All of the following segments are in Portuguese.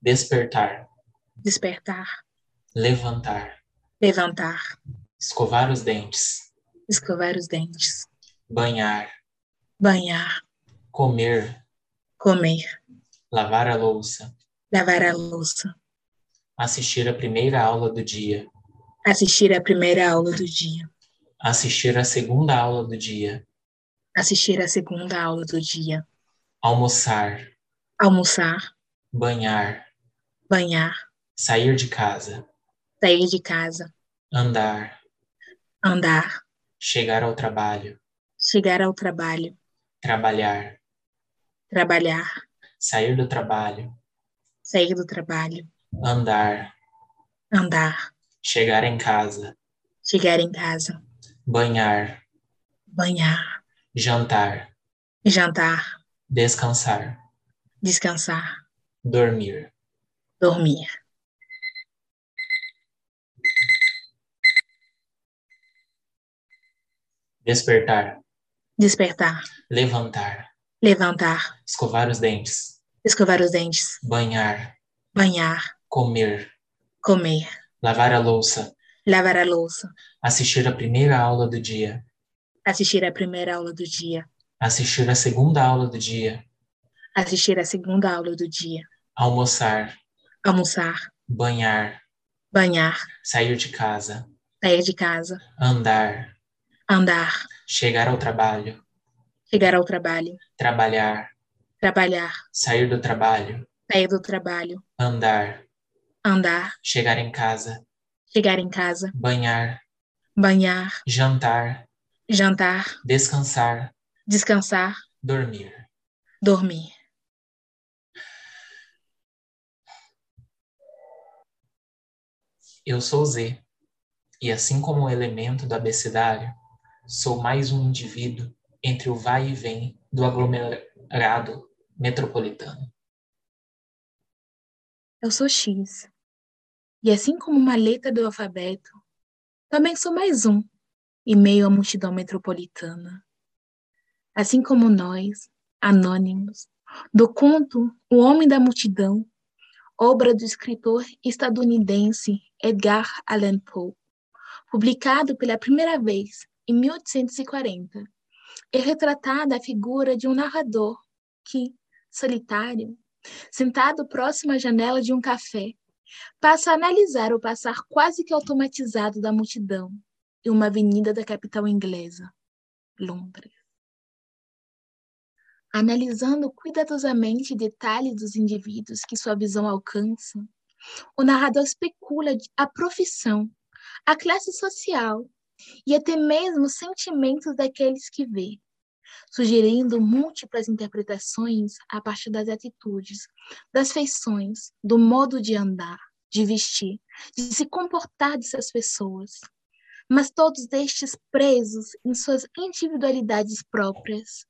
despertar, despertar, levantar, levantar, escovar os dentes, escovar os dentes, banhar, banhar, comer, comer, lavar a louça, lavar a louça, assistir a primeira aula do dia, assistir a primeira aula do dia, assistir a segunda aula do dia, assistir a segunda aula do dia, almoçar, almoçar, banhar, banhar, sair de casa, sair de casa, andar, andar, chegar ao trabalho, chegar ao trabalho, trabalhar, trabalhar, sair do trabalho, sair do trabalho, andar, andar, chegar em casa, chegar em casa, banhar, banhar, jantar, jantar, descansar, descansar, dormir. dormir. Despertar, Despertar, levantar, levantar, escovar os dentes, escovar os dentes, banhar, banhar, comer, comer, lavar a louça, lavar a louça, assistir a primeira aula do dia, assistir a primeira aula do dia, assistir a segunda aula do dia, assistir a segunda aula do dia, almoçar, almoçar, banhar, banhar, sair de casa, sair de casa, andar, andar, chegar ao trabalho, chegar ao trabalho, trabalhar, trabalhar, sair do trabalho, sair do trabalho, andar, andar, chegar em casa, chegar em casa, banhar, banhar, jantar, jantar, descansar, descansar, dormir. dormir. Eu sou Z, e assim como o elemento do abecedário, sou mais um indivíduo entre o vai e vem do aglomerado metropolitano. Eu sou X. E assim como uma letra do alfabeto, também sou mais um, e meio à multidão metropolitana. Assim como nós, anônimos, do conto O Homem da Multidão, obra do escritor estadunidense Edgar Allan Poe, publicado pela primeira vez em 1840, é retratada a figura de um narrador que, solitário, sentado próximo à janela de um café, passa a analisar o passar quase que automatizado da multidão em uma avenida da capital inglesa, Londres. Analisando cuidadosamente detalhes dos indivíduos que sua visão alcança, o narrador especula de- a profissão, a classe social e até mesmo os sentimentos daqueles que vê sugerindo múltiplas interpretações a partir das atitudes, das feições, do modo de andar, de vestir, de se comportar dessas pessoas. Mas todos estes presos em suas individualidades próprias,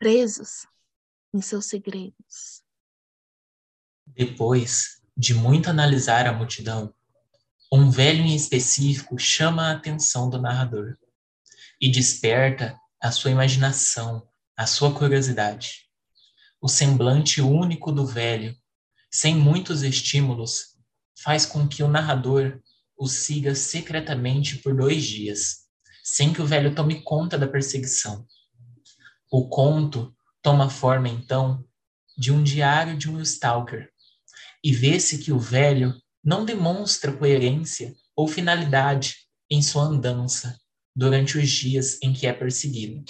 presos em seus segredos. Depois de muito analisar a multidão, um velho em específico chama a atenção do narrador e desperta a sua imaginação, a sua curiosidade. O semblante único do velho, sem muitos estímulos, faz com que o narrador o siga secretamente por dois dias, sem que o velho tome conta da perseguição. O conto toma forma, então, de um diário de um stalker, e vê-se que o velho não demonstra coerência ou finalidade em sua andança durante os dias em que é perseguido.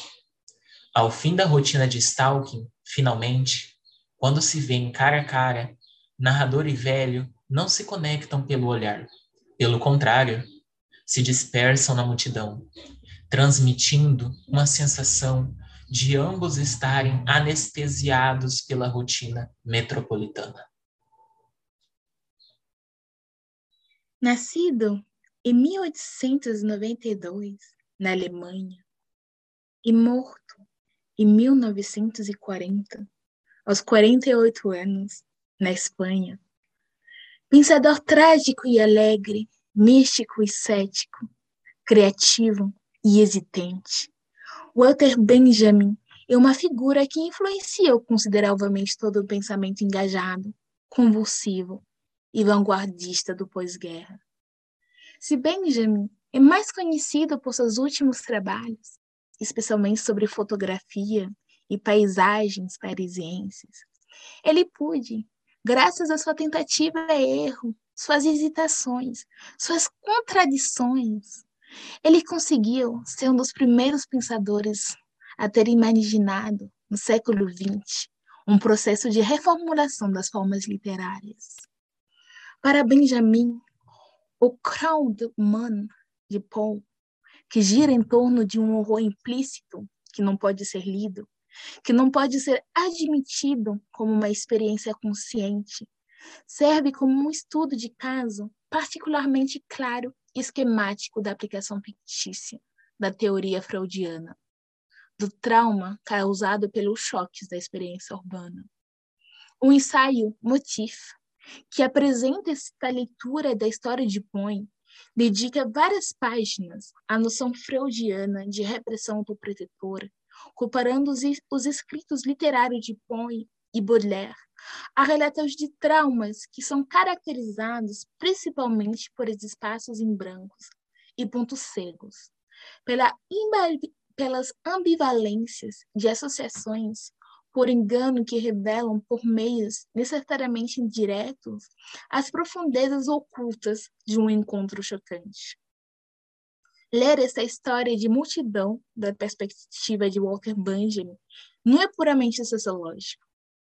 Ao fim da rotina de stalking, finalmente, quando se vêem cara a cara, narrador e velho não se conectam pelo olhar. Pelo contrário, se dispersam na multidão, transmitindo uma sensação de ambos estarem anestesiados pela rotina metropolitana. Nascido em 1892, na Alemanha, e morto em 1940, aos 48 anos, na Espanha. Pensador trágico e alegre, místico e cético, criativo e hesitante, Walter Benjamin é uma figura que influenciou consideravelmente todo o pensamento engajado, convulsivo e vanguardista do pós-guerra. Se Benjamin é mais conhecido por seus últimos trabalhos, especialmente sobre fotografia e paisagens parisienses, ele pôde, graças à sua tentativa e erro, suas hesitações, suas contradições, ele conseguiu ser um dos primeiros pensadores a ter imaginado, no século XX, um processo de reformulação das formas literárias. Para Benjamin, o Krautmann de Paul, que gira em torno de um horror implícito que não pode ser lido, que não pode ser admitido como uma experiência consciente, serve como um estudo de caso particularmente claro e esquemático da aplicação fictícia da teoria freudiana, do trauma causado pelos choques da experiência urbana. Um ensaio motif que apresenta esta leitura da história de Põe dedica várias páginas à noção freudiana de repressão autoprotetora, comparando os, os escritos literários de Põe e Baudelaire a relatos de traumas que são caracterizados principalmente por espaços em brancos e pontos cegos, pela pelas ambivalências de associações por engano que revelam por meios necessariamente indiretos as profundezas ocultas de um encontro chocante. Ler essa história de multidão da perspectiva de Walter Benjamin não é puramente sociológico,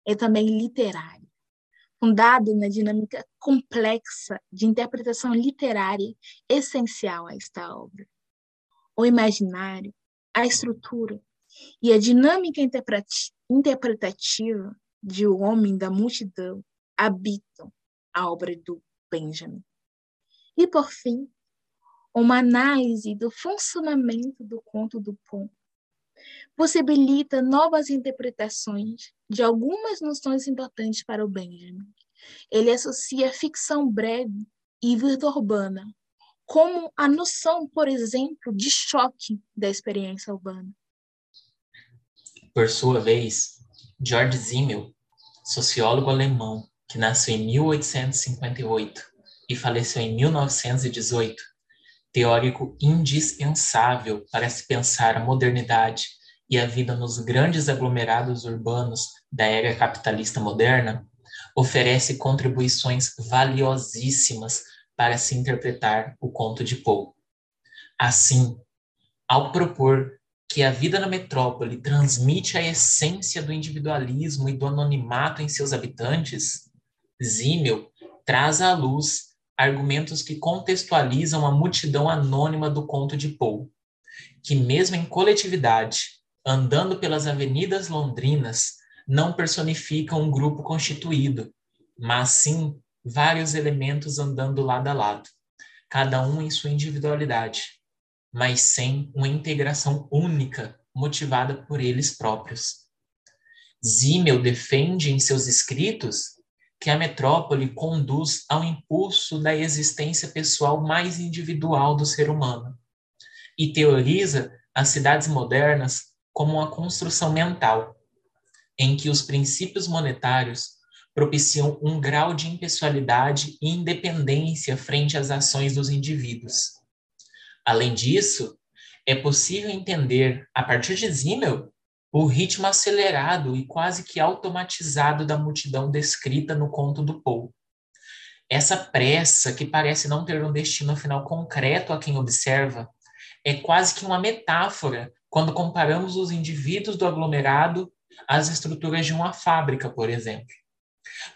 é também literário, fundado na dinâmica complexa de interpretação literária essencial a esta obra. O imaginário, a estrutura e a dinâmica interpretativa de O Homem da Multidão habitam a obra do Benjamin. E, por fim, uma análise do funcionamento do conto do Pont possibilita novas interpretações de algumas noções importantes para o Benjamin. Ele associa ficção breve e vida urbana, como a noção, por exemplo, de choque da experiência urbana. Por sua vez, George Simmel, sociólogo alemão que nasceu em 1858 e faleceu em 1918, teórico indispensável para se pensar a modernidade e a vida nos grandes aglomerados urbanos da era capitalista moderna, oferece contribuições valiosíssimas para se interpretar o conto de Poe. Assim, ao propor que a vida na metrópole transmite a essência do individualismo e do anonimato em seus habitantes, Zimmel traz à luz argumentos que contextualizam a multidão anônima do conto de Poe, que mesmo em coletividade, andando pelas avenidas londrinas, não personificam um grupo constituído, mas sim vários elementos andando lado a lado, cada um em sua individualidade, mas sem uma integração única motivada por eles próprios. Zimmel defende em seus escritos que a metrópole conduz ao impulso da existência pessoal mais individual do ser humano e teoriza as cidades modernas como uma construção mental, em que os princípios monetários propiciam um grau de impessoalidade e independência frente às ações dos indivíduos. Além disso, é possível entender, a partir de Zimmel, o ritmo acelerado e quase que automatizado da multidão descrita no conto do Poe. Essa pressa, que parece não ter um destino final concreto a quem observa, é quase que uma metáfora quando comparamos os indivíduos do aglomerado às estruturas de uma fábrica, por exemplo.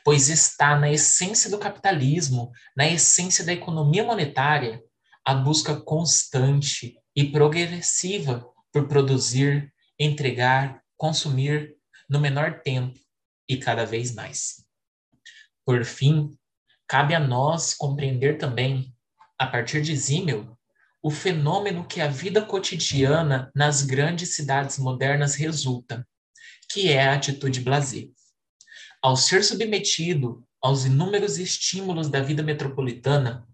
Pois está na essência do capitalismo, na essência da economia monetária, a busca constante e progressiva por produzir, entregar, consumir no menor tempo e cada vez mais. Por fim, cabe a nós compreender também, a partir de Zimmel, o fenômeno que a vida cotidiana nas grandes cidades modernas resulta, que é a atitude blasé. Ao ser submetido aos inúmeros estímulos da vida metropolitana,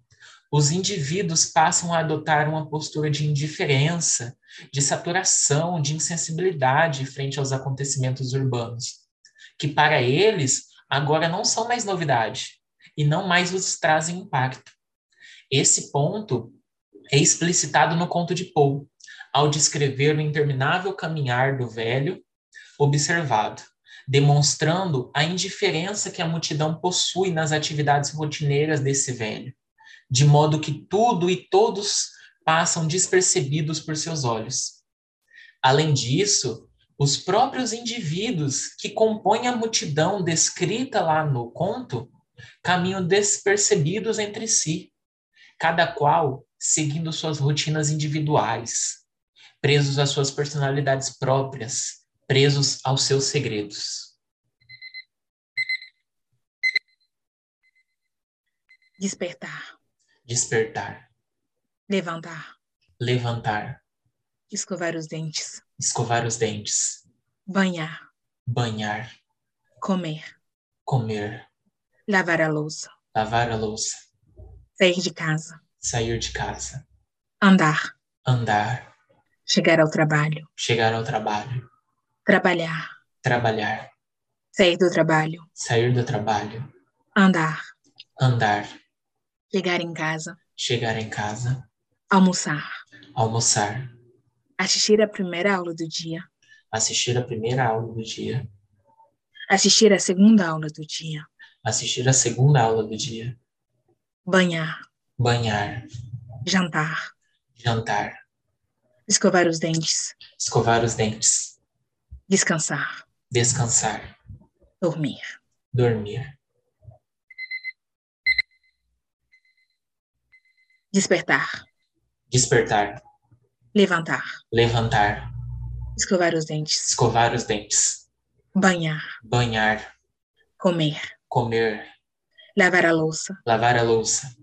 os indivíduos passam a adotar uma postura de indiferença, de saturação, de insensibilidade frente aos acontecimentos urbanos, que para eles agora não são mais novidade e não mais os trazem impacto. Esse ponto é explicitado no conto de Poe, ao descrever o interminável caminhar do velho observado, demonstrando a indiferença que a multidão possui nas atividades rotineiras desse velho, de modo que tudo e todos passam despercebidos por seus olhos. Além disso, os próprios indivíduos que compõem a multidão descrita lá no conto caminham despercebidos entre si, cada qual seguindo suas rotinas individuais, presos às suas personalidades próprias, presos aos seus segredos. Despertar. Despertar. Levantar. Levantar. Escovar os dentes. Escovar os dentes. Banhar. Banhar. Comer. Comer. Lavar a louça. Lavar a louça. Sair de casa. Sair de casa. Andar. Andar. Chegar ao trabalho. Chegar ao trabalho. Trabalhar. Trabalhar. Sair do trabalho. Sair do trabalho. Andar. Andar. Chegar em casa. Chegar em casa. Almoçar. Almoçar. Assistir a primeira aula do dia. Assistir a primeira aula do dia. Assistir a segunda aula do dia. Assistir a segunda aula do dia. Banhar. Banhar. Jantar. Jantar. Escovar os dentes. Escovar os dentes. Descansar. Descansar. Dormir. Dormir. Despertar. Despertar. Levantar. Levantar. Escovar os dentes. Escovar os dentes. Banhar. Banhar. Comer. Comer. Lavar a louça. Lavar a louça.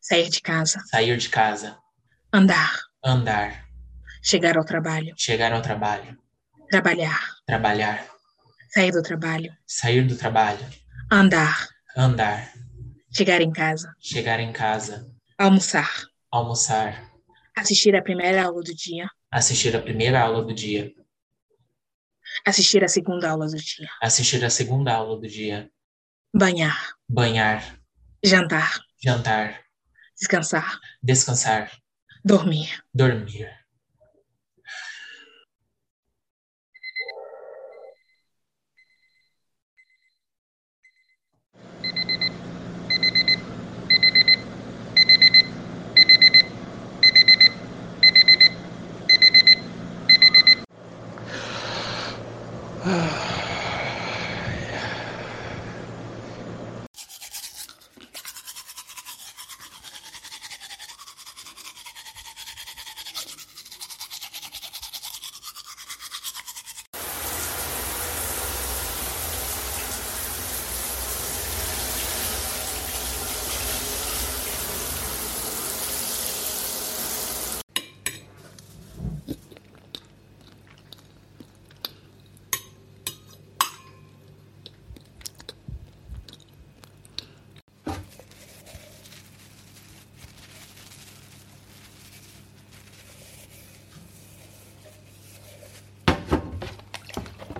Sair de casa. Sair de casa. Andar. Andar. Chegar ao trabalho. Chegar ao trabalho. Trabalhar. Trabalhar. Sair do trabalho. Sair do trabalho. Andar. Andar. Chegar em casa. Chegar em casa. Almoçar. Almoçar. Assistir a primeira aula do dia. Assistir a primeira aula do dia. Assistir a segunda aula do dia. Assistir a segunda aula do dia. Banhar. Banhar. Jantar. Jantar. Descansar. Descansar. Dormir. Dormir.